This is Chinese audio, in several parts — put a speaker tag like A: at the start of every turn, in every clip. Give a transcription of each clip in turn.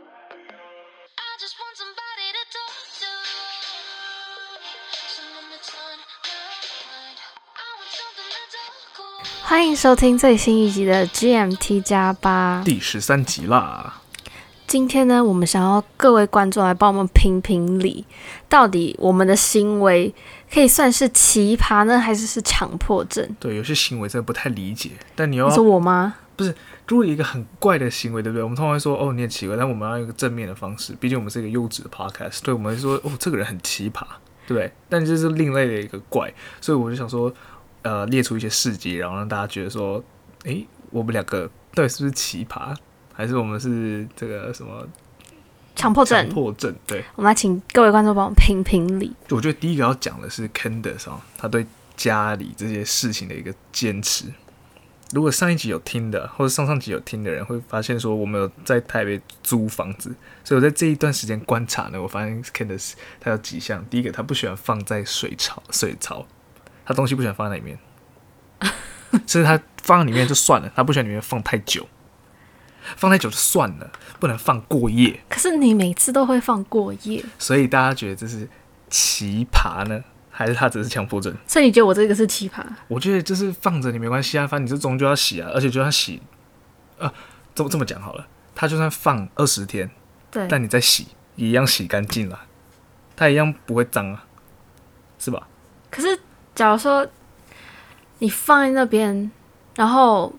A: I just want somebody to talk to. Someone that's on my mind. I want something that's all cool.
B: 欢迎收听最新一集的 GMT 加八。
C: 第十三集啊啦。
B: 今天呢，我们想要各位观众来帮我们评评理，到底我们的行为可以算是奇葩呢，还是是强迫症？
C: 对，有些行为真的不太理解，但你要
B: 你说我吗？
C: 不是，如果一个很怪的行为，对不对？我们通常会说哦，你很奇怪，但我们要用一个正面的方式，毕竟我们是一个优质的 podcast，对我们会说哦，这个人很奇葩，对不对？但这是另类的一个怪，所以我就想说，呃，列出一些事迹，然后让大家觉得说，诶，我们两个到底是不是奇葩，还是我们是这个什么
B: 强迫症
C: 强。迫症？对，
B: 我们来请各位观众帮我们评评理。
C: 我觉得第一个要讲的是 Candace 啊，他对家里这些事情的一个坚持。如果上一集有听的，或者上上集有听的人，会发现说我们有在台北租房子，所以我在这一段时间观察呢，我发现 Candace 他有几项：第一个，他不喜欢放在水槽水槽，他东西不喜欢放在里面，甚至他放在里面就算了，他不喜欢里面放太久，放太久就算了，不能放过夜。
B: 可是你每次都会放过夜，
C: 所以大家觉得这是奇葩呢，还是他只是强迫症？
B: 所以你觉得我这个是奇葩？
C: 我觉得就是放着你没关系啊，反正你这终究要洗啊，而且就算洗，啊，这么这么讲好了，他就算放二十天，
B: 对，
C: 但你再洗也一样洗干净了，它一样不会脏啊，是吧？
B: 可是假如说你放在那边，然后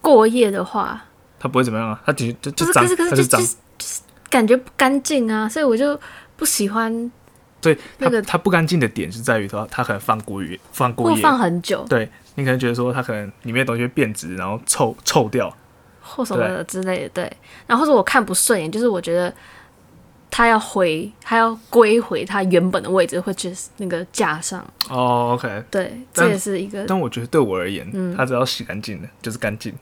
B: 过夜的话，
C: 它不会怎么样啊，它的确就
B: 不，
C: 就是脏，
B: 可是可是
C: 它就
B: 就
C: 脏
B: 就，是就是感觉不干净啊，所以我就不喜欢
C: 对，
B: 那个
C: 它它不干净的点是在于说它可能放过夜，放过
B: 或
C: 夜，
B: 放很久
C: 对你可能觉得说它可能里面的东西会变质，然后臭臭掉，
B: 或什么的之类的，对。然后或者我看不顺眼，就是我觉得它要回，它要归回它原本的位置，会去那个架上，
C: 哦，OK，
B: 对，
C: 但
B: 这也是一个
C: 但我觉得对我而言，
B: 嗯
C: 它只要洗干净了就是干净。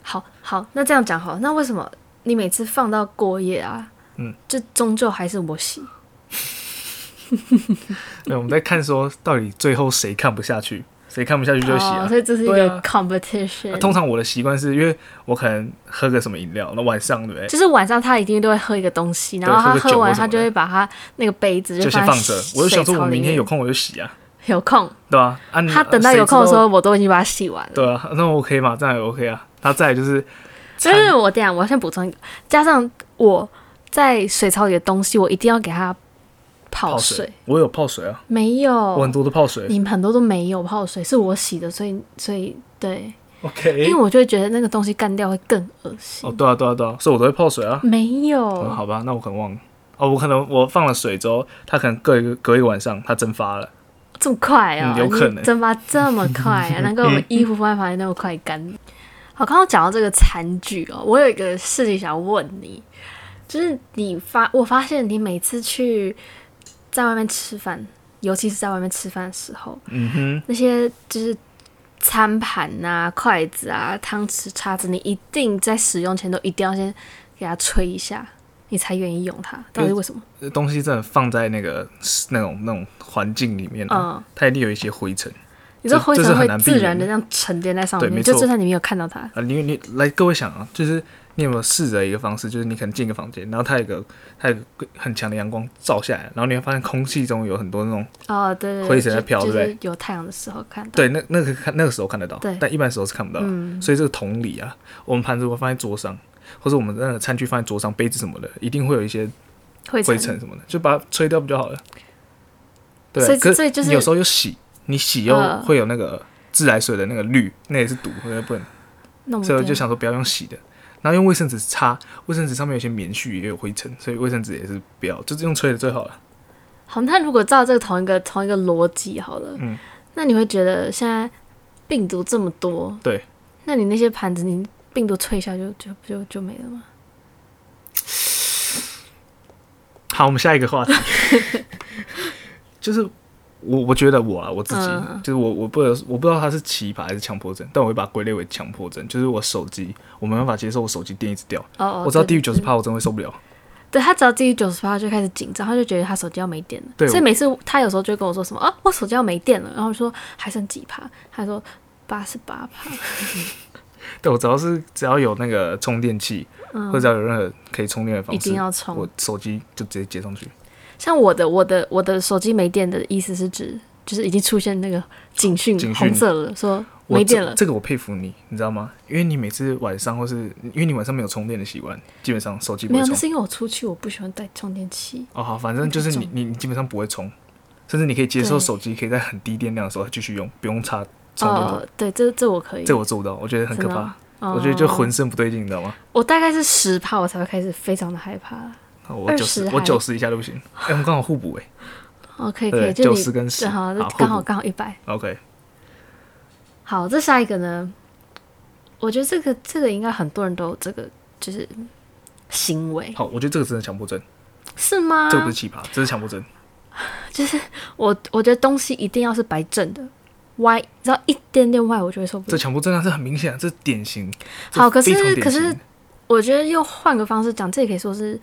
B: 好好，那这样讲好了，那为什么你每次放到过夜啊？
C: 嗯，
B: 就终究还是我洗。
C: 那我们在看说到底最后谁看不下去，谁看不下去就洗啊。
B: 哦，所以这是一
C: 对
B: 个
C: 啊
B: competition、
C: 通常我的习惯是因为我可能喝个什么饮料，那晚上对不对？
B: 就是晚上他一定都会喝一个东西，然
C: 对
B: 后他
C: 喝个酒
B: 喝完
C: 或什么
B: 他就
C: 的
B: 会把他那个杯子
C: 就先放着
B: 在。
C: 我就想
B: 水
C: 说，
B: 槽
C: 我
B: 里
C: 明天
B: 面
C: 有空我就洗啊，
B: 有空，
C: 对吧、啊？你
B: 他等到有空的时，
C: 谁
B: 候，
C: 知道
B: 我都已经把它洗完了。
C: 对啊，那 OK 嘛，这样也 OK 啊。他再来就是
B: 所
C: 餐，
B: 以我这样，我先补充一个，加上我在水槽里的东西，我一定要给它泡
C: 泡
B: 水。
C: 水，我有泡水啊，
B: 没有，
C: 我很多都泡水。
B: 你们很多都没有泡水，是我洗的，所以所以对，因
C: OK，
B: 为我就会觉得那个东西干掉会更恶心。
C: 哦，对啊，对啊，对啊，所以我都会泡水啊。
B: 没有，
C: 嗯，好吧，那我可能忘了。哦，我可能我放了水之后，它可能隔一个隔一个晚上它蒸发了。
B: 这么快啊、
C: 嗯有可能
B: 你蒸发这么快 啊，难怪我们衣服放在旁边那么快干。好，刚刚讲到这个餐具哦，我有一个事情想问你，就是你发我发现你每次去在外面吃饭，尤其是在外面吃饭的时候，
C: 嗯哼，
B: 那些就是餐盘啊、筷子啊、汤匙、叉子，你一定在使用前都一定要先给它吹一下，你才愿意用它。
C: 嗯
B: 到底为什么？
C: 这东西真的放在那个那种那种环境里面、啊，
B: 嗯，
C: 它一定有一些灰尘
B: 你说
C: 这
B: 灰
C: 这
B: 尘
C: 是
B: 会
C: 很难避
B: 自
C: 免
B: 然的
C: 的
B: 这样沉淀在上
C: 对
B: 面，
C: 没
B: 就
C: 错
B: 就算你没有看到它，
C: 啊。你你来，各位想啊，就是你有没有试着一个方式，就是你可能进一个房间，然后它有一个它有一个很强的阳光照下来，然后你会发现空气中有很多那种
B: 哦，对对对，
C: 灰尘在
B: 就
C: 飘
B: 就
C: 对不
B: 是
C: 对
B: 有太阳的时候看到。，
C: 对那那个看那个时候看得到
B: 对，嗯
C: 但一般时候是看不到的。所以这个同理啊，我们盘子会放在桌上，或者我们那个餐具放在桌上，杯子什么的，一定会有一些
B: 灰尘
C: 灰尘。什么的，就把它吹掉不就好了？对，
B: 所以
C: 可
B: 所以就是
C: 你有时候又洗，你洗又
B: 呃
C: 会有那个自来水的那个氯，那也是毒，那也不能，
B: 哦那我
C: 所以我
B: 们
C: 就想说不要用洗的，然后用卫生纸擦，卫生纸上面有些棉絮也有灰尘，所以卫生纸也是不要，就是用吹的最好了。
B: 好，那如果照这个同一个同一个逻辑好了，
C: 嗯，
B: 那你会觉得现在病毒这么多，
C: 对，
B: 那你那些盘子，你病毒吹一下就就就就没了吗？
C: 好，我们下一个话题，就是我我觉得我啊，我自己、
B: 嗯
C: 就是我，我不能，我不知道它是奇葩还是强迫症，但我会把它归类为强迫症，就是我手机我没办法接受我手机电一直掉，
B: 哦，
C: 我知道低
B: 对
C: 于九十趴我真的会受不了。
B: 对他只要低于九十趴就开始紧张，他就觉得他手机要没电了。
C: 对
B: 所以
C: 我
B: 每次他有时候就会跟我说什么啊，我手机要没电了，然后我说还剩几趴，他说八十八趴。
C: 对我只要是只要有那个充电器，
B: 嗯
C: 或者只要有任何可以充电的方式，
B: 一定要充
C: 哦我手机就直接接上去。
B: 像我的我的我的手机没电的意思是指就是已经出现那个警讯
C: 警讯
B: 红色了，说
C: 我
B: 没电
C: 这
B: 了。
C: 这个我佩服你，你知道吗？因为你每次晚上或是因为你晚上没有充电的习惯，基本上手机不
B: 没
C: 会
B: 有，
C: 充
B: 那。是因为我出去我不喜欢带充电器。
C: 哦，好，反正就是你你你基本上不会充，甚至你可以接受
B: 对
C: 手机可以在很低电量的时候继续用，不用插充电头。
B: 哦，对，这这我可以，
C: 这我做不到，我觉得很可
B: 真的
C: 怕
B: 吗，
C: 我觉得就
B: 哦
C: 浑身不对劲，你知道吗？
B: 我大概是十趴，我才会开始非常的害怕。
C: 我九
B: 20，
C: 十我
B: 还
C: 九十以下都不行。哎，我们刚好互补哎。
B: 哦，可以可
C: 对
B: 以，就你
C: 90跟10
B: 对好，
C: 好
B: 那
C: 互
B: 刚好
C: 补
B: 刚好一百。
C: OK，
B: 好，这下一个呢？我觉得这个这个应该很多人都有这个就是行为，
C: 好，我觉得这个真的强迫症，
B: 是吗？
C: 这个不是奇葩，这是强迫症。
B: 就是我我觉得东西一定要是白正的，歪只要一点点歪，我就会受不了。
C: 这强迫症啊，这很明显啊，这典型。这
B: 好可
C: 非常
B: 是
C: 典
B: 可是
C: 型
B: 我觉得又换个方式讲，这也可以说是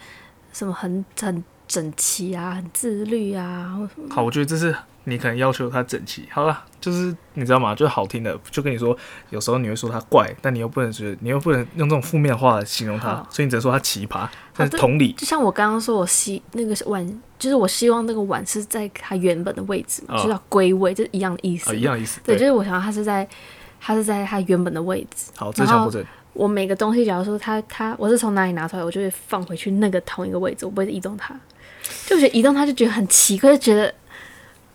B: 什么很很整齐啊，很自律啊，或什么
C: 好，我觉得这是你可能要求他整齐。好了，就是你知道吗？就是好听的，就跟你说，有时候你会说他怪，但你又不能觉得，你又不能用这种负面的话形容他
B: 好，
C: 所以你只能说他奇葩。但是
B: 对
C: 同理，
B: 就像我刚刚说，我希那个碗，就是我希望那个碗是在它原本的位置嘛，
C: 哦
B: 就是要归位，这是一样的意思
C: 啊，
B: 嘛。
C: 一样的意思。
B: 对，就
C: 对，
B: 是我想要它是在它是在它原本的位置。
C: 好，这是强迫症。
B: 我每个东西，假如说它它我是从哪里拿出来，我就会放回去那个同一个位置，我不会移动它。就我觉得移动它就觉得很奇怪，就觉得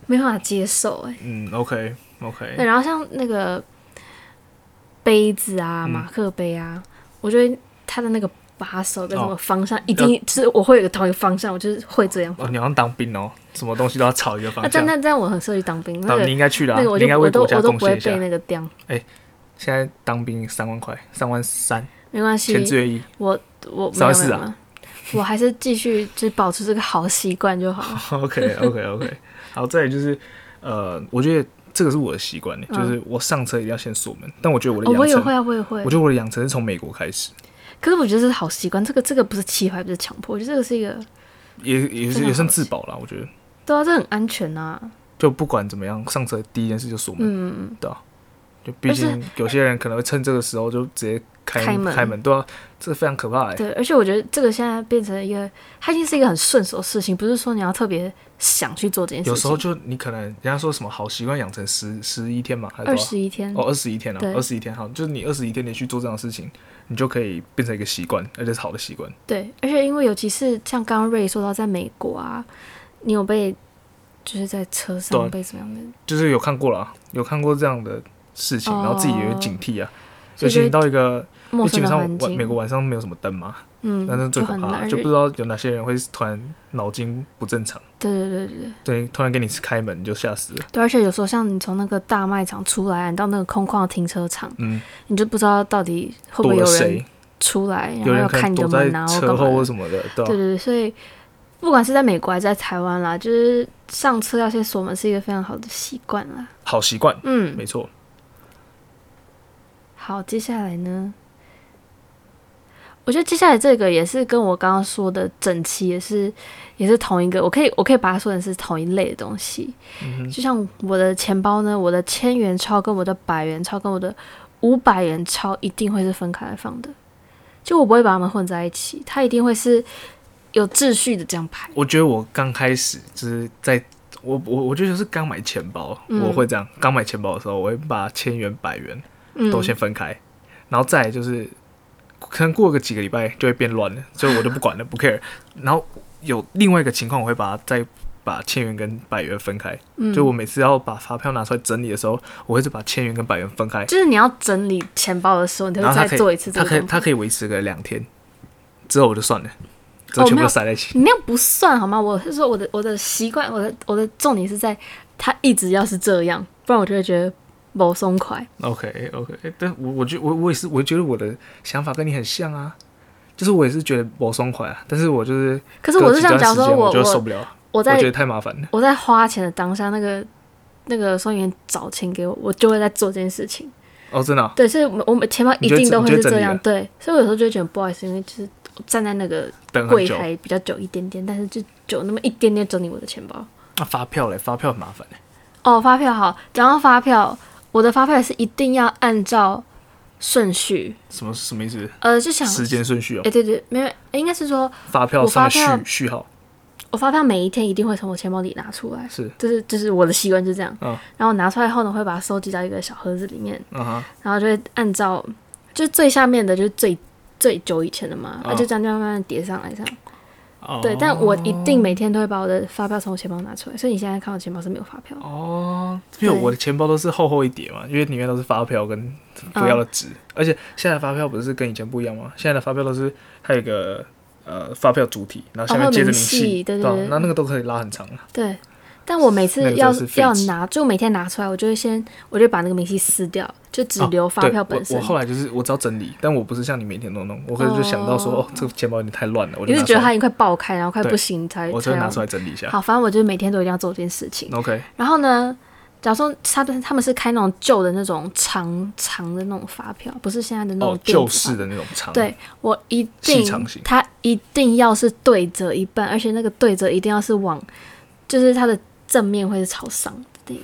B: 没办法接受哎、
C: 嗯，OK
B: 对，
C: OK，
B: 然后像那个杯子啊、
C: 嗯
B: 马克杯啊，我觉得它的那个把手跟什么
C: 哦
B: 方向，一定就是我会有个同一个方向，我就是会这样啊
C: 哦，
B: 放。
C: 你好像当兵哦，什么东西都要朝一个
B: 那
C: 方
B: 这
C: 向
B: 样。那这样我很适合去当兵，啊那
C: 那
B: 个
C: 你应该去的啊，
B: 那个我
C: 你
B: 就
C: 应该
B: 我
C: 为
B: 都
C: 国家
B: 我都
C: 贡
B: 不会
C: 献一下
B: 被。那个掉，
C: 现在当兵三万块，三万三，
B: 没关系，
C: 全志愿役。
B: 我我没
C: 少
B: 有没
C: 一次
B: 有
C: 啊
B: 没有，我还是继续就是保持这个好习惯就 好。
C: OK OK OK，好，再来就是呃，我觉得这个是我的习惯呢，欸就是我上车一定要先锁门。但我觉得我的
B: 嗯哦，我
C: 养
B: 也
C: 成，
B: 会啊，我也会
C: 我。觉得我的养成是从美国开始，
B: 可是我觉得这是好习惯，这个这个不是气坏，不是强迫，我觉得这个是一个，
C: 也也
B: 真
C: 是
B: 的
C: 也算
B: 好
C: 自保啦。我觉得
B: 对啊，这很安全啊。
C: 就不管怎么样，上车第一件事就锁门，
B: 嗯，
C: 对啊，就毕竟有些人可能会趁这个时候就直接开
B: 开门
C: 开门，对啊，这非常可怕哎。
B: 对，而且我觉得这个现在变成一个，它已经是一个很顺手的事情，不是说你要特别想去做这件事情。
C: 有时候就你可能人家说什么好习惯养成十十一天嘛，还是
B: 二
C: 多少
B: 十一天，
C: 哦，二十一天啊
B: 对，
C: 二十一天好，就是你二十一天连续做这样的事情，你就可以变成一个习惯，而且是好的习惯。
B: 对，而且因为尤其是像刚刚瑞说到，在美国啊，你有被就是在车
C: 对
B: 上
C: 啊
B: 被什么样的，
C: 就是有看过啦，有看过这样的事情，
B: 哦
C: 然后自己也有警惕啊。
B: 所
C: 尤
B: 以就
C: 其
B: 会
C: 你到一个，因
B: 陌
C: 为基
B: 生
C: 本
B: 的
C: 上
B: 环
C: 晚
B: 境，
C: 美国晚上没有什么灯嘛，
B: 嗯，
C: 那、是最可
B: 很
C: 怕
B: 难
C: 的，就
B: 忍
C: 不知道有哪些人会突然脑筋不正常，
B: 对对对对对
C: 对，突然给你开门你就吓死了。
B: 对，而且有时候像你从那个大卖场出来，啊你到那个空旷的停车场，
C: 嗯，
B: 你就不知道到底会不
C: 躲
B: 会
C: 了
B: 有人
C: 谁？
B: 出来，然
C: 有
B: 后
C: 人
B: 要
C: 可
B: 看
C: 能
B: 你的
C: 躲在
B: 门啊，或
C: 车
B: 干
C: 后或
B: 嘛的。
C: 什么的，对吧、
B: 对对对，所以不管是在美国还是在台湾啦，就是上车要先锁门是一个非常好的习惯啦。
C: 好习惯，
B: 嗯，
C: 没错。
B: 好，接下来呢？我觉得接下来这个也是跟我刚刚说的整齐也是也是同一个，我可以我可以把它说成是同一类的东西。
C: 嗯
B: 就像我的钱包呢，我的千元钞跟我的百元钞跟我的五百元钞一定会是分开来放的，就我不会把它们混在一起，它一定会是有秩序的这样排。
C: 我觉得我刚开始就是在我我我觉得就是刚买钱包，
B: 嗯
C: 我会这样。刚买钱包的时候，我会把千元、百元
B: 嗯，
C: 都先分开，然后再来就是可能过个几个礼拜就会变乱了，所以我就不管了，不 care。然后有另外一个情况，我会把它再把千元跟百元分开，
B: 嗯
C: 就我每次要把发票拿出来整理的时候，我会是把千元跟百元分开，
B: 就是你要整理钱包的时候，你就
C: 然
B: 会
C: 后
B: 再
C: 它可以
B: 做一次这
C: 它
B: 个
C: 可以
B: 动作
C: 它可以维持个两天，之后我就算了，之后全部
B: 没有
C: 都塞在一起。
B: 你那样不算好吗？我是说我的我的习惯，我的我的重点是在他一直要是这样，不然我就会觉得某松快。
C: OK OK，但我我觉我我也是，我觉得我的想法跟你很像啊，就是我也是觉得我松快啊，但是我就是
B: 可是我
C: 隔
B: 是
C: 几
B: 想
C: 段
B: 讲
C: 时
B: 说
C: 间
B: 我
C: 就受
B: 我
C: 不了，
B: 我
C: 我
B: 在
C: 觉得太麻烦了。
B: 我在花钱的当下，那个那个收银员找钱给我，我就会在做这件事情。
C: 哦，真的哦、
B: 对，所以我我钱包一定都会是这样
C: 你。
B: 对，所以我有时候就会觉得不好意思，因为就是站在那个
C: 等很
B: 柜
C: 久。
B: 台比较久一点点，但是就久那么一点点整理我的钱包。
C: 那、发票嘞，发票很麻烦嘞。
B: 哦，发票好，讲到发票，我的发票是一定要按照顺序，
C: 什么什么意思？
B: 呃，就想，
C: 时间顺序哦
B: 哎、，对对，没有，诶应该是说
C: 发票
B: 我发
C: 上的序
B: 票
C: 序号
B: 我发票每一天一定会从我钱包里拿出来，
C: 是，
B: 这是这是我的习惯，就是这样。
C: 嗯
B: 然后拿出来后呢，会把它收集到一个小盒子里面，
C: 嗯哼，
B: 然后就会按照就最下面的就是最最久以前的嘛，那、
C: 嗯
B: 就这样慢慢慢叠上来这样。
C: 哦
B: 对，但我一定每天都会把我的发票从我钱包拿出来，所以你现在看我钱包是没有发票的。
C: 哦，因为
B: 对
C: 我的钱包都是厚厚一叠嘛，因为里面都是发票跟
B: 嗯
C: 不要的纸，而且现在的发票不是跟以前不一样吗？现在的发票都是它有一个呃发票主体，然后下
B: 哦
C: 面
B: 会有
C: 接着明
B: 明细
C: 细，
B: 对对
C: 吧
B: 对
C: 那那个都可以拉很长啊
B: 对，但我每
C: 那
B: 次
C: 个
B: 要
C: 真的是
B: 要
C: 废纸
B: 拿，就每天拿出来，我就会先，我就把那个明细撕掉，就只
C: 哦
B: 留发票
C: 对
B: 本身。
C: 我我后来就是我只要整理，但我不是像你每天都弄，我可能就想到说哦
B: 哦
C: 这个钱包有点太乱了，我就
B: 你是
C: 拿出
B: 觉得它
C: 来，
B: 已经快爆开，然后快
C: 对
B: 不行才
C: 我
B: 才
C: 就
B: 要
C: 拿出来嗯整理一下。
B: 好，反正我就是每天都一定要做这件事情。
C: OK，
B: 然后呢，假如说他们他们是开那种旧的那种长长的那种发票，不是现在的那种
C: 哦，
B: 电子
C: 旧
B: 发
C: 式的那种长，
B: 对，我一
C: 细
B: 定
C: 长型，
B: 它一定要是对折一半，而且那个对折一定要是往，就是它的正面会是朝上的对。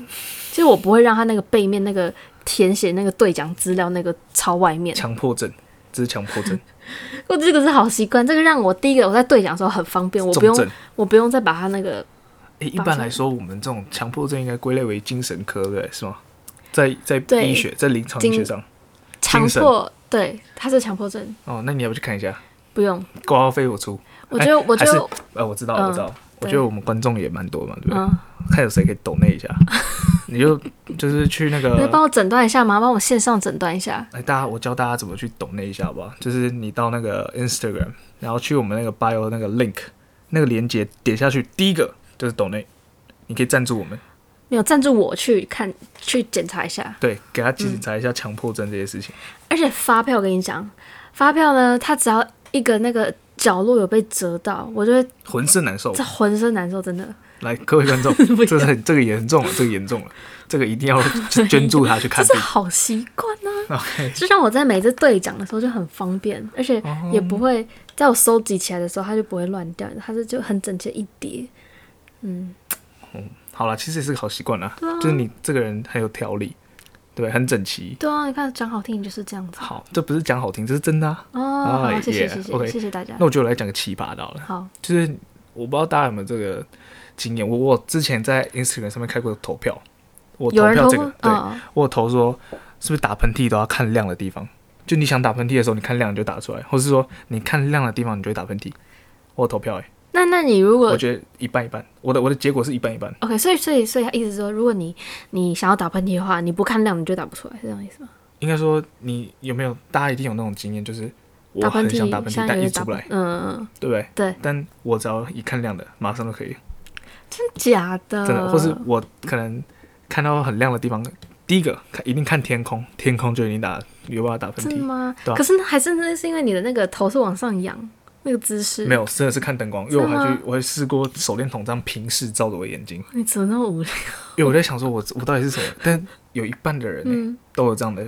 B: 其实我不会让它那个背面那个填写那个兑奖资料那个朝外面，
C: 强迫症，这是强迫症，
B: 我这个是好习惯，这个让我第一个我在兑奖的时候很方便，我不
C: 重症
B: 用。我不用再把它那个
C: 诶，一
B: 发
C: 般
B: 生
C: 来说，我们这种强迫症应该归类为精神科，对，是吗？在在
B: 对
C: 医学，在临床医学
B: 精
C: 上，
B: 强
C: 精神
B: 迫，对，它是强迫症，
C: 哦，那你要不去看一下？
B: 不用。
C: 挂号费我出。
B: 我觉得，我
C: 还
B: 觉
C: 是
B: 得，
C: 呃，我知道，
B: 嗯
C: 我知道。我
B: 对
C: 觉得我们观众也蛮多嘛，对不对？
B: 嗯，
C: 看有谁可以抖那一 下，你就就是去那
B: 你就帮
C: 个，
B: 我诊断一下吗？帮我线上诊断一下。
C: 哎，大家我教大家怎么去抖那一下，好不好？就是你到那个 Instagram，然后去我们那个 bio 那个 link 那个连接点下去，第一个就是抖那，你可以赞助我们，
B: 没有赞助我去看去检查一下。
C: 对，给他检查一下强迫症这些事情。
B: 而且发票，我跟你讲，发票呢，它只要一个那个角落有被折到，我就会
C: 浑身难受，
B: 这浑身难受，真的。
C: 来，各位 观众，这是很这个严重了，这个严重了，这个一定要捐助他去
B: 这
C: 看
B: 是
C: 病。
B: 好习惯啊，
C: OK，
B: 就让我在每次兑奖的时候就很方便，而且也
C: 哦
B: 不会在我收集起来的时候，它就不会乱掉，它是就很整齐一叠。嗯
C: 好了，其实也是个好习惯啦，
B: 啊
C: 就是你这个人很有条理，对，很整齐。
B: 对啊，你看讲好听就是这样子。
C: 好，这不是讲好听，这是真的、啊。
B: 哦，
C: 哎
B: 好，谢谢
C: 耶
B: 谢谢
C: OK
B: 谢谢大家
C: 那。我就来讲个奇葩的好了，
B: 好，
C: 就是我不知道大家有没有这个经验，我我之前在 Instagram 上面开过投票，我投
B: 有人
C: 票
B: 投
C: 这
B: 过
C: 个，对，
B: 哦
C: 我有投说是不是打喷嚏都要看亮的地方，就你想打喷嚏的时候，你看亮你就打出来，或是说你看亮的地方你就会打喷嚏。我有投票哎、
B: 那那你如果
C: 我觉得一半一半，我的我的结果是一半一半。
B: OK，所以所以所以他意思是说，如果你你想要打喷嚏的话，你不看量你就打不出来，是这样意思吗？
C: 应该说你有没有？大家一定有那种经验，就是我
B: 打喷
C: 很
B: 嚏，
C: 想打喷嚏，
B: 现在
C: 但
B: 有
C: 一
B: 人
C: 出
B: 打
C: 不来，
B: 嗯，嗯
C: 对不对？
B: 对。
C: 但我只要一看亮的，马上就可以，
B: 嗯假的，
C: 真的。或是我可能看到很亮的地方，第一个看一定看天空，天空就已经打有办法打喷
B: 真的
C: 嚏。
B: 吗？
C: 对啊
B: 可是那还是那是因为你的那个头是往上仰，那个姿势
C: 没。有，真的是看灯光，因为我
B: 真的
C: 还去
B: 吗，
C: 我还试过手电筒这样平视照着我眼睛，
B: 你怎么那么无聊？
C: 因为我在想说我，我到底是什么？但有一半的人、呢，
B: 嗯
C: 都有这样的，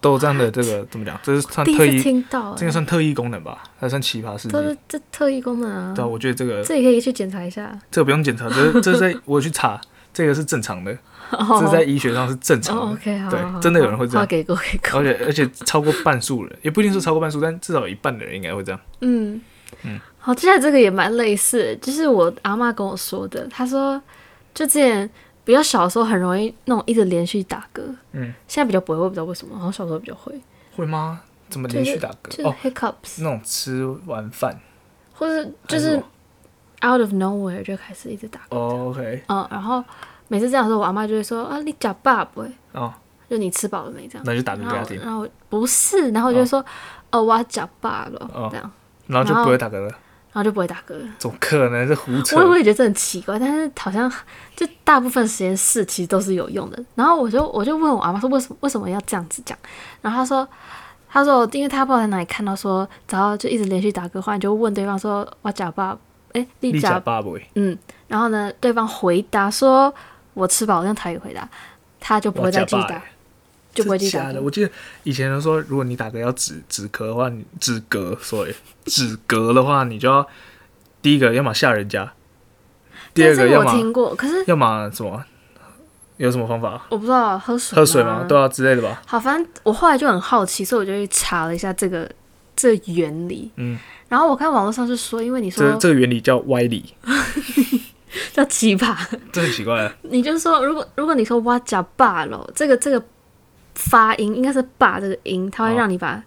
C: 都有这样的这个怎么讲？这是算
B: 第一
C: 特
B: 次
C: 异，
B: 听到、
C: 这
B: 欸，
C: 个算特异功能吧？还算奇葩事
B: 这
C: 件
B: 是。这特异功能啊，
C: 对啊，我觉得这个
B: 这也可以去检查一下。
C: 这个不用检查，这是这是在我有去查，这个是正常的， 这是在医学上是正常的。
B: 哦，OK，好，好
C: 对，真的有人会这
B: 好，
C: 样，
B: 给过给过，
C: 而且而且超过半数人，也不一定是超过半数，但至少有一半的人应该会这样。
B: 嗯，好，接下来这个也蛮类似的，就是我阿妈跟我说的，她说就之前比较小的时候很容易那种一直连续打嗝，
C: 嗯，
B: 现在比较不会，我也不知道为什么，然后小时候比较会，
C: 会吗？怎么
B: 就
C: 连
B: 是
C: 续打
B: 就是
C: 嗝？哦，
B: hiccups，、
C: 那种吃完饭
B: 或是
C: 还
B: 就是
C: 什
B: 是
C: 么
B: out of nowhere 就开始一直打嗝，
C: 哦，OK，
B: 嗯，然后每次这样的时候，我阿妈就会说啊，你假爸不会，
C: 哦，
B: 就你吃饱了没这样，
C: 那就打嗝
B: 然
C: 给他
B: 后
C: 听，
B: 然后我不是，然后我就会说哦，我假爸了、
C: 哦
B: 这样，
C: 然后就不会打嗝了。
B: 然后就不会打嗝了。
C: 怎么可能是胡扯
B: 我？我也觉得这很奇怪，但是好像就大部分实验室其实都是有用的。然后我就我就问我阿妈说为什么为什么要这样子讲，然后她说她说因为她不知道在哪里看到说，只要就一直连续打嗝的话，你就问对方说我假爸，哎、你
C: 你假
B: 假
C: 爸不会？
B: 嗯，然后呢，对方回答说我吃饱，用台语回答，他就不
C: 哇
B: 会再
C: 假
B: 继续
C: 爸
B: 打
C: 欸，
B: 就不会继
C: 真
B: 续打
C: 假
B: 给
C: 的。
B: 你。
C: 我记得以前人说，如果你打嗝要止止咳的话，你止嗝，所以止嗝的话，你就要第一个要么吓人家，第
B: 对
C: 二
B: 这
C: 个要
B: 我
C: 么
B: 听啊过，可是
C: 要么什么，有什么方法？
B: 我不知道喝水
C: 喝水吗？对啊，之类的吧。
B: 好，反正我后来就很好奇，所以我就去查了一下这个这原理。
C: 嗯，
B: 然后我看网络上是说，因为你
C: 这
B: 说
C: 这个原理叫歪理，
B: 叫奇葩，
C: 这很奇怪啊。
B: 你就说如果如果你说哇假霸咯，这个这个发音应该是霸这个音，它会
C: 哦
B: 让你把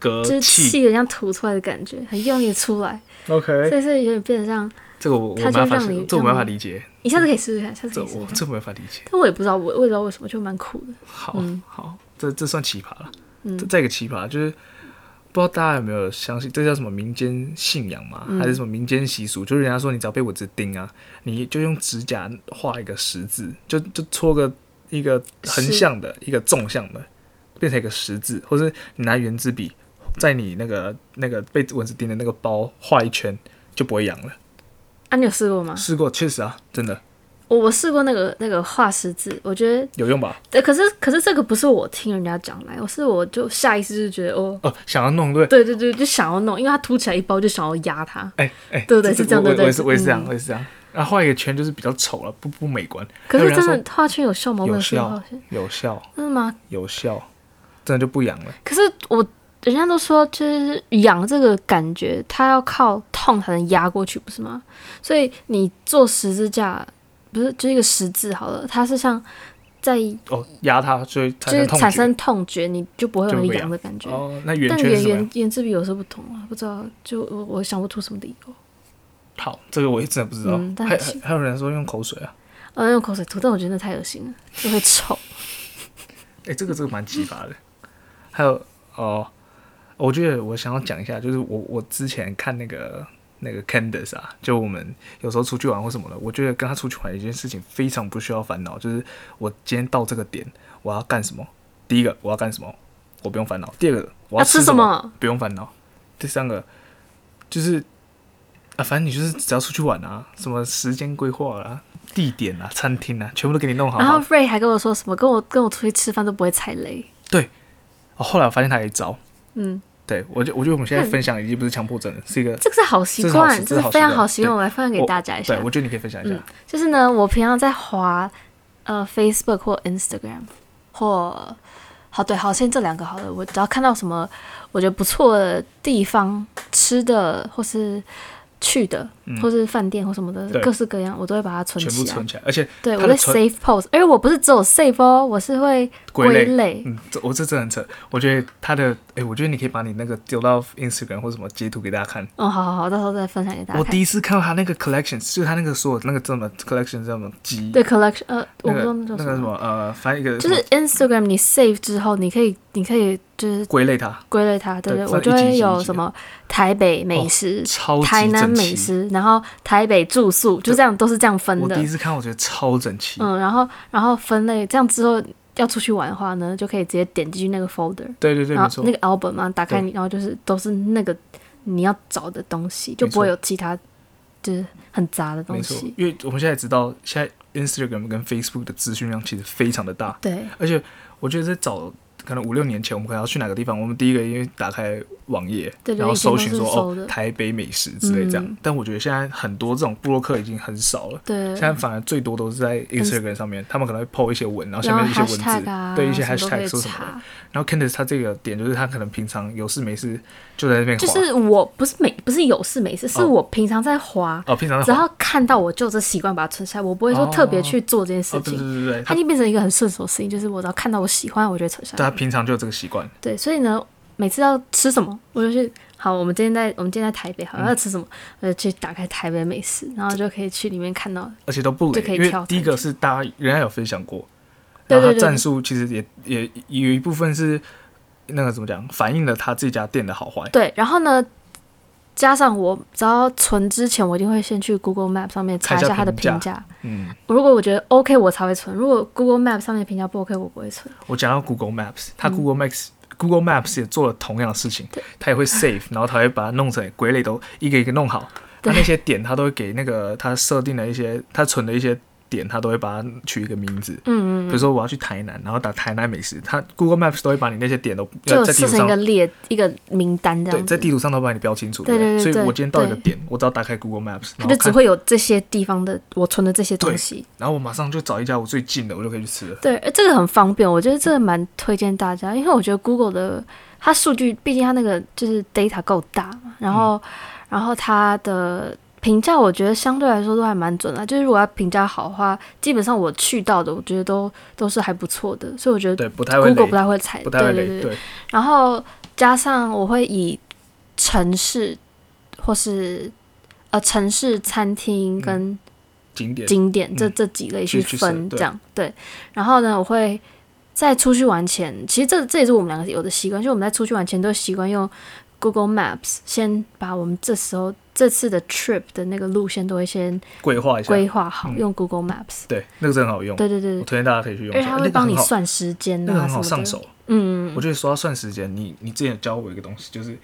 B: 就是
C: 嗝
B: 气
C: 气
B: 有点像吐出来的感觉，很用力地出来，所
C: ，OK，
B: 以是有点变得像。
C: 这个我我
B: 它
C: 没
B: 就
C: 办法
B: 让你，
C: 这我没办法
B: 让你
C: 理解，
B: 你下次可以试试看，下次
C: 这
B: 可以试
C: 我
B: 试看。
C: 这没办法理解。
B: 但我也不知道我，我也不知道为什么，就蛮酷的。
C: 好、
B: 嗯
C: 好，这这算奇葩了。这再一个奇葩就是，不知道大家有没有相信，这叫什么民间信仰嘛，
B: 嗯
C: 还是什么民间习俗？就是人家说你只要被蚊子叮啊，你就用指甲画一个十字，就就戳个一个横向的，一个纵向的，变成一个十字，或是你拿圆珠笔在你那个那个被蚊子叮的那个包画一圈，就不会痒了。
B: 啊，你有试过吗？
C: 试过，确实啊，真的
B: 我我试过那个那个画十字，我觉得
C: 有用吧？
B: 对，可是可是这个不是我听人家讲来，我是我就下意识就觉得哦，
C: 哦，想要弄对不对。
B: 对对对，就想要弄，因为它凸起来一包，就想要压它。
C: 哎哎，
B: 对对是这样
C: 我
B: 对对
C: 我也是我也是这样，
B: 嗯
C: 我也是这样。然后画一个圈就是比较丑了，不不美观。
B: 可
C: 还
B: 是
C: 有人
B: 真
C: 说
B: 的画圈有效吗？我
C: 有
B: 有试过
C: 效
B: 画圈，
C: 有效，
B: 真的吗？
C: 有效，真的就不痒了。
B: 可是我人家都说，就是痒这个感觉，它要靠痛才能压过去，不是吗？所以你做十字架，不是就是一个十字好了，它是像在就
C: 哦，压它所以产
B: 是
C: 生痛
B: 产
C: 觉。
B: 生痛觉，你就不会有
C: 就
B: 那
C: 不
B: 个
C: 会
B: 痒的感觉。
C: 哦，那圆
B: 但
C: 圈是
B: 圆
C: 什么呀
B: 圆？圆珠笔有时候不同啊，不知道，就我我想不出什么理由。
C: 好，这个我也真的不知道
B: 嗯。但
C: 还
B: 是
C: 还有人说用口水啊，
B: 呃，用口水涂，但我觉得那太恶心了，就 会臭。
C: 哎，这个这个蛮奇葩的。还有哦，我觉得我想要讲一下，就是我我之前看那个那个 Candice 啊，就我们有时候出去玩或什么的，我觉得跟他出去玩有一件事情非常不需要烦恼，就是我今天到这个点我要干什么。第一个我要干什么，我不用烦恼；第二个我
B: 要吃
C: 吃
B: 什
C: 么，
B: 么
C: 不用烦恼；第三个就是啊，反正你就是只要出去玩啊，什么时间规划啊、地点啊、餐厅啊，全部都给你弄好
B: 然
C: 好
B: 后。Ray 还跟我说什么，跟我跟我出去吃饭都不会踩雷。
C: 对，哦，后来我发现他有一招，
B: 嗯，
C: 对我就我觉得我们现在分享已经不是强迫症了，是一个
B: 这个是好习
C: 这是好
B: 惯，
C: 习
B: 这
C: 这是
B: 是
C: 好
B: 非
C: 习
B: 常
C: 惯
B: 好习惯，
C: 对
B: 我来分享给
C: 我
B: 大家一下
C: 对，。我觉得你可以分享一下
B: 嗯，就是呢，我平常在滑呃 Facebook 或 Instagram 或好对好，先这两个好了。我只要看到什么我觉得不错的地方、吃的或是去的，或是饭店或什么的，
C: 嗯对
B: 各式各样，我都会把它存
C: 全
B: 起
C: 部
B: 来
C: 存。起来，而且
B: 啊对，
C: 它
B: 我
C: 的
B: 会
C: 存
B: save post，而且我不是只有 save 哦，我是会
C: 归
B: 类。
C: 嗯，这我这真的很扯，我觉得他的，哎，我觉得你可以把你那个丢到 Instagram 或什么截图给大家看。
B: 哦，好好好，到时候再分享给大家
C: 我
B: 看
C: 第。一次看到他那个 collections，就是他那个所有那个这么 collection 这么集，
B: 对 collection，呃，我
C: 那
B: 不知
C: 个
B: 道那叫
C: 那个
B: 什
C: 什
B: 么，
C: 么呃，反正一个
B: 就是
C: 什么
B: Instagram 你 save 之后，你可以，你可以就是
C: 归类它，
B: 归类它，对不对？
C: 对分
B: 我就
C: 一级一
B: 会
C: 级
B: 有
C: 的
B: 什么台北美
C: 哦
B: 食、
C: 超级
B: 台南
C: 整
B: 美
C: 齐
B: 食，然后台北住宿，就
C: 对
B: 这样都是这样分
C: 我
B: 的
C: 第一。次看我觉得超整齐，
B: 嗯，然后然后分类，这样之后要出去玩的话呢，就可以直接点进去那个 folder，
C: 对对对，
B: 然
C: 没
B: 后
C: 错
B: 那，个 album 嘛，打开
C: 对
B: 你，然后就是都是那个你要找的东西，就
C: 没
B: 不会
C: 错
B: 有其他就是很杂的
C: 没
B: 东
C: 错
B: 西，。
C: 因为我们现在知道，现在 Instagram 跟 Facebook 的资讯量其实非常的大，
B: 对，
C: 而且我觉得在早可能五六年前，我们可能要去哪个地方，我们第一个因为打开网页，
B: 对对
C: 然后搜寻
B: 以前
C: 说
B: 都是搜
C: 哦
B: 的嗯
C: 台北美食之类这样。但我觉得现在很多这种布洛克已经很少了。
B: 对
C: 现，在反而最多都是在 Instagram 上面，他们可能会 PO 一些文，然后下
B: 然后
C: 面一些文字，
B: hashtag 啊，
C: 对一些
B: 什么都可
C: hashtag
B: 以
C: 说什么的
B: 查。
C: 然后 Candice 他这个点就是他可能平常有事没事就在那边滑，
B: 就是我不是每不是有事没事，是
C: 哦
B: 我平常在滑，
C: 哦平常
B: 只
C: 在滑
B: 要看到我就这习惯把它存下来，我不会说
C: 哦
B: 特别去做这件事
C: 哦对对
B: 情。
C: 对对，
B: 它
C: 他
B: 已经变成一个很顺手的事情，就是我只要看到我喜欢，我就会存下
C: 他
B: 来。
C: 平常就有这个习惯，
B: 对，所以呢，每次要吃什么，我就去。好，我们今天在我们今天在台北，
C: 嗯
B: 好要吃什么，我就去打开台北美食，然后就可以去里面看到。
C: 而且都不累
B: 就可，以
C: 因为
B: 跳
C: 第一个
B: 参
C: 是大家人家有分享过，
B: 对
C: 然后
B: 对
C: 他
B: 对
C: 战术其实也也有一部分是那个怎么讲，反映了他这家店的好坏。
B: 对，然后呢，加上我只要存之前，我一定会先去 Google Map 上面查
C: 看一
B: 一
C: 下
B: 下它的
C: 评价
B: 评价。
C: 嗯，
B: 如果我觉得 OK，我才会存；如果 Google Map 上面评价不 OK，我不会存。
C: 我讲到 Google Maps，他
B: 嗯
C: Google Maps、Google Maps 也做了同样的事情，他也会 save，然后他会把它弄成归类都一个一个弄好，他那些点他都会给那个他设定的一些他存的一些点，他都会把它取一个名字。
B: 嗯嗯，
C: 比如说我要去台南，然后打台南美食，他 Google Maps 都会把你那些点都
B: 就
C: 啊在地
B: 设
C: 图
B: 成一个
C: 上，
B: 列一个名单这
C: 对，
B: 样子
C: 在，地图上都把你标清楚。
B: 对
C: 不
B: 对对
C: 所以
B: 对
C: 我今天到一个
B: 对
C: 点，我只要打开 Google Maps，
B: 它
C: 然
B: 就
C: 后
B: 只
C: 看，
B: 会有这些地方的我存的这些东
C: 对
B: 西。
C: 然后我马上就找一家我最近的，我就可以去吃了。
B: 对，呃这个很方便，我觉得这个蛮推荐大家，因为我觉得 Google 的它数据，毕竟它那个就是 data 够大嘛，然
C: 嗯
B: 后、然后它的评价，我觉得相对来说都还蛮准的，就是如果要评价好的话，基本上我去到的，我觉得都都是还不错的，所以我觉得
C: 对，不太会
B: Google
C: 累
B: 不，太会踩，
C: 不太会
B: 对
C: 累。
B: 对
C: 对，
B: 然后加上我会以城市或是呃城市餐
C: 嗯
B: 厅跟、
C: 景点
B: 景点这
C: 嗯
B: 这几类
C: 去去
B: 分，
C: 选对
B: 这样对。然后呢，我会在出去玩前，其实这这也是我们两个有的习惯，就我们在出去玩前都习惯用 Google Maps 先把我们这时候这次的 trip 的那个路线都会先
C: 规划一下，
B: 规划好，
C: 嗯
B: 用 Google Maps。
C: 对，那个真的很好用，
B: 对对对
C: 我
B: 对，
C: 推荐大家可以去用
B: 而
C: 一
B: 且它
C: 下。那
B: 会
C: 个
B: 帮你
C: 很好
B: 算时间
C: 那个
B: 啊
C: 很
B: 什
C: 好
B: 么
C: 上
B: 的。
C: 手。
B: 嗯，
C: 我觉得说到算时间，你你之前有教我一个东西，就是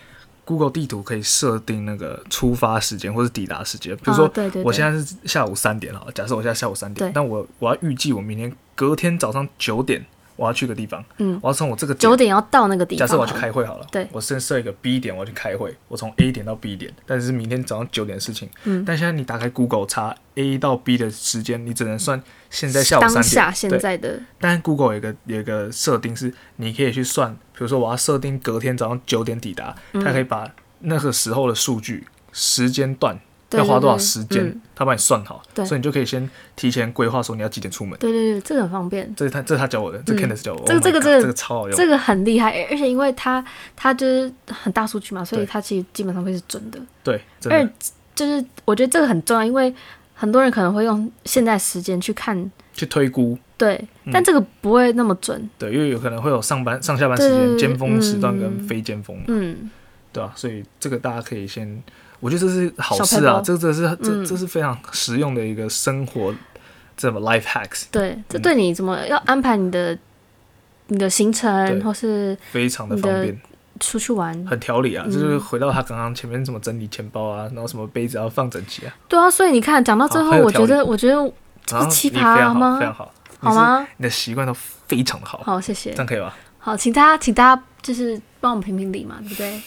C: Google 地图可以设定那个出发时间或是抵达时间。比如说
B: 啊，对对
C: 我
B: 对
C: 现在是下午三点好了，假设我现在下午三点
B: 对，
C: 但我我要预计我明天隔天早上九点我要去个地方，
B: 嗯
C: 我要从我这个
B: 九
C: 点。
B: 点要到那个地
C: 假
B: 方。
C: 设我要去开会好了，
B: 对
C: 我先设一个 B 点，我要去开会，我从 A 点到 B 点，但是是明天早上九点的事情。
B: 嗯
C: 但现在你打开 Google 查 A 到 B 的时间，你只能算现在下午三
B: 当
C: 点。
B: 下现
C: 对
B: 在的
C: 但是 Google 有一个有一个设定是，你可以去算，比如说我要设定隔天早上九点抵达，
B: 嗯
C: 它可以把那个时候的数据时间段
B: 对
C: 要花
B: 对
C: 多少
B: 对
C: 时间
B: 嗯，
C: 它帮你算好，
B: 对
C: 所以你就可以先提前规划说你要几点出门。
B: 对对对，这个很方便。
C: 这是他这是他教我的，这 Candice 教我。
B: 这
C: Oh my
B: 嗯这个
C: God，
B: 这个
C: 这个超好用，
B: 这个很厉害，而且因为它它就是很大数据嘛，所以
C: 对
B: 它其实基本上会是准的。
C: 对，真
B: 而
C: 的
B: 就是我觉得这个很重要，因为很多人可能会用现在时间去看，
C: 去推估，
B: 对，
C: 嗯
B: 但这个不会那么准。
C: 对，因为有可能会有上班上下班时
B: 对对
C: 间
B: 对
C: 尖峰时段跟
B: 嗯
C: 非尖峰，
B: 嗯，
C: 对啊，所以这个大家可以先，我觉得这是好
B: 小
C: 事啊
B: paper，
C: 这这是这
B: 嗯
C: 这是非常实用的一个生活这么 life hacks，
B: 对，这对你怎么要安排你的你的行程
C: 对，
B: 或是
C: 非常的方
B: 你
C: 便，
B: 出去玩，
C: 很调理啊。
B: 嗯
C: 这就是回到他刚刚前面什么整理钱包啊，然后什么杯子要放整齐啊，
B: 对啊，所以你看讲到最
C: 好
B: 后，
C: 很有
B: 我觉
C: 条
B: 得我觉得这
C: 然
B: 不
C: 后你
B: 奇
C: 非
B: 葩
C: 常好，非常
B: 吗？
C: 好，
B: 好吗？
C: 你的习惯都非常的好，
B: 好，谢谢
C: 这。样可以吧？
B: 好，请大家，请大家就是帮我们评评理嘛，对不对？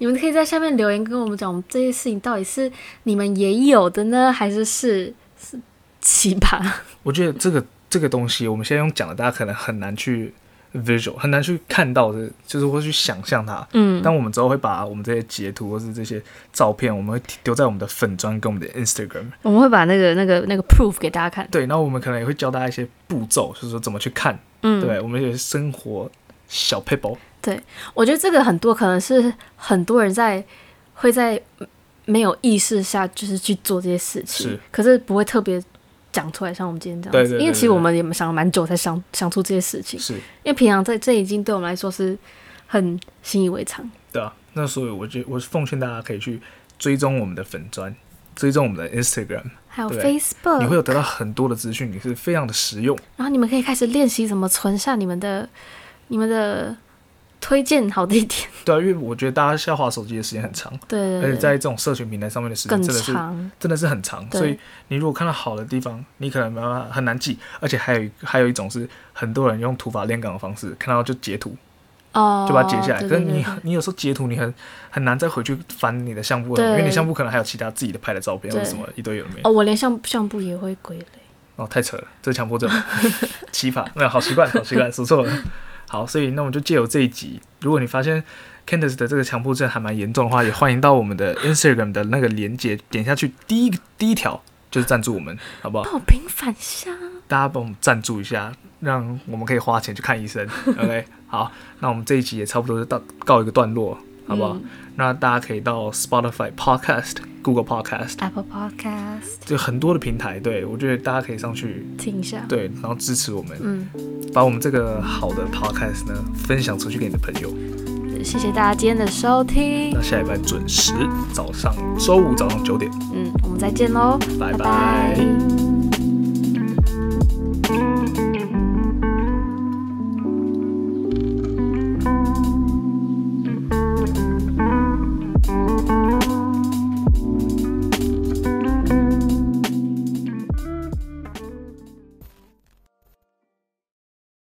B: 你们可以在下面留言跟我们讲，我们这些事情到底是你们也有的呢，还是是是奇葩？
C: 我觉得这个这个东西，我们现在用讲的，大家可能很难去 visual，很难去看到的，就是会去想象它。
B: 嗯
C: 但我们之后会把我们这些截图或是这些照片，我们会丢在我们的粉砖跟我们的 Instagram。
B: 我们会把那个那个那个 proof 给大家看。
C: 对，然后我们可能也会教大家一些步骤，就是说怎么去看。
B: 嗯，
C: 对，我们有些生活小 paper。
B: 我觉得这个很多可能是很多人在会在没有意识下就是去做这些事情，
C: 是
B: 可是不会特别讲出来，像我们今天这样子，
C: 对对对
B: 因为其实
C: 对对
B: 我们也想了蛮久才想想出这些事情，
C: 是。
B: 因为平常这这已经对我们来说是很习以为常。
C: 对啊，那所以我觉我奉劝大家可以去追踪我们的粉砖，追踪我们的 Instagram，
B: 还有
C: 对不对
B: Facebook，
C: 你会有得到很多的资讯，你是非常的实用。
B: 然后你们可以开始练习怎么存下你们的、你们的推荐好地 点，
C: 对啊，因为我觉得大家下滑手机的时间很长，
B: 对
C: 而
B: 对
C: 且
B: 对，
C: 在这种社群平台上面的时间
B: 更
C: 真的是
B: 长，
C: 真的是很长，
B: 对
C: 所以你如果看到好的地方，你可能没办法很难记，而且还有一还有一种是很多人用土法炼钢的方式，看到就截图
B: 哦，
C: 就把它截下来，
B: 对
C: 可
B: 对
C: 是
B: 对
C: 你
B: 对
C: 你有时候截图你很很难再回去翻你的相簿了，
B: 对
C: 因为你相簿可能还有其他自己的拍的照片或
B: 对
C: 者什么一堆有的没的
B: 哦，我连相相簿也会归类，
C: 哦，太扯了，这是强迫症，奇葩，那好习惯，好习惯，说错了。好，所以那我们就借由这一集，如果你发现 Candice 的这个强迫症还蛮严重的话，也欢迎到我们的 Instagram 的那个连接点下去，第一个第一条就是赞助我们，好不好？
B: 帮我哦平反下，
C: 大家帮我们赞助一下，让我们可以花钱去看医生。OK，好，那我们这一集也差不多就到告一个段落，好不好？那大家可以到 Spotify Podcast、Google Podcast，
B: Apple Podcast
C: 就很多的平台，对我觉得大家可以上去
B: 听一下，
C: 对，然后支持我们，
B: 嗯，
C: 把我们这个好的 podcast 呢分享出去给你的朋友。
B: 谢谢大家今天的收听
C: 那，下礼拜准时早上，周五早上九点，
B: 嗯，我们再见喽，
C: 拜拜
B: 拜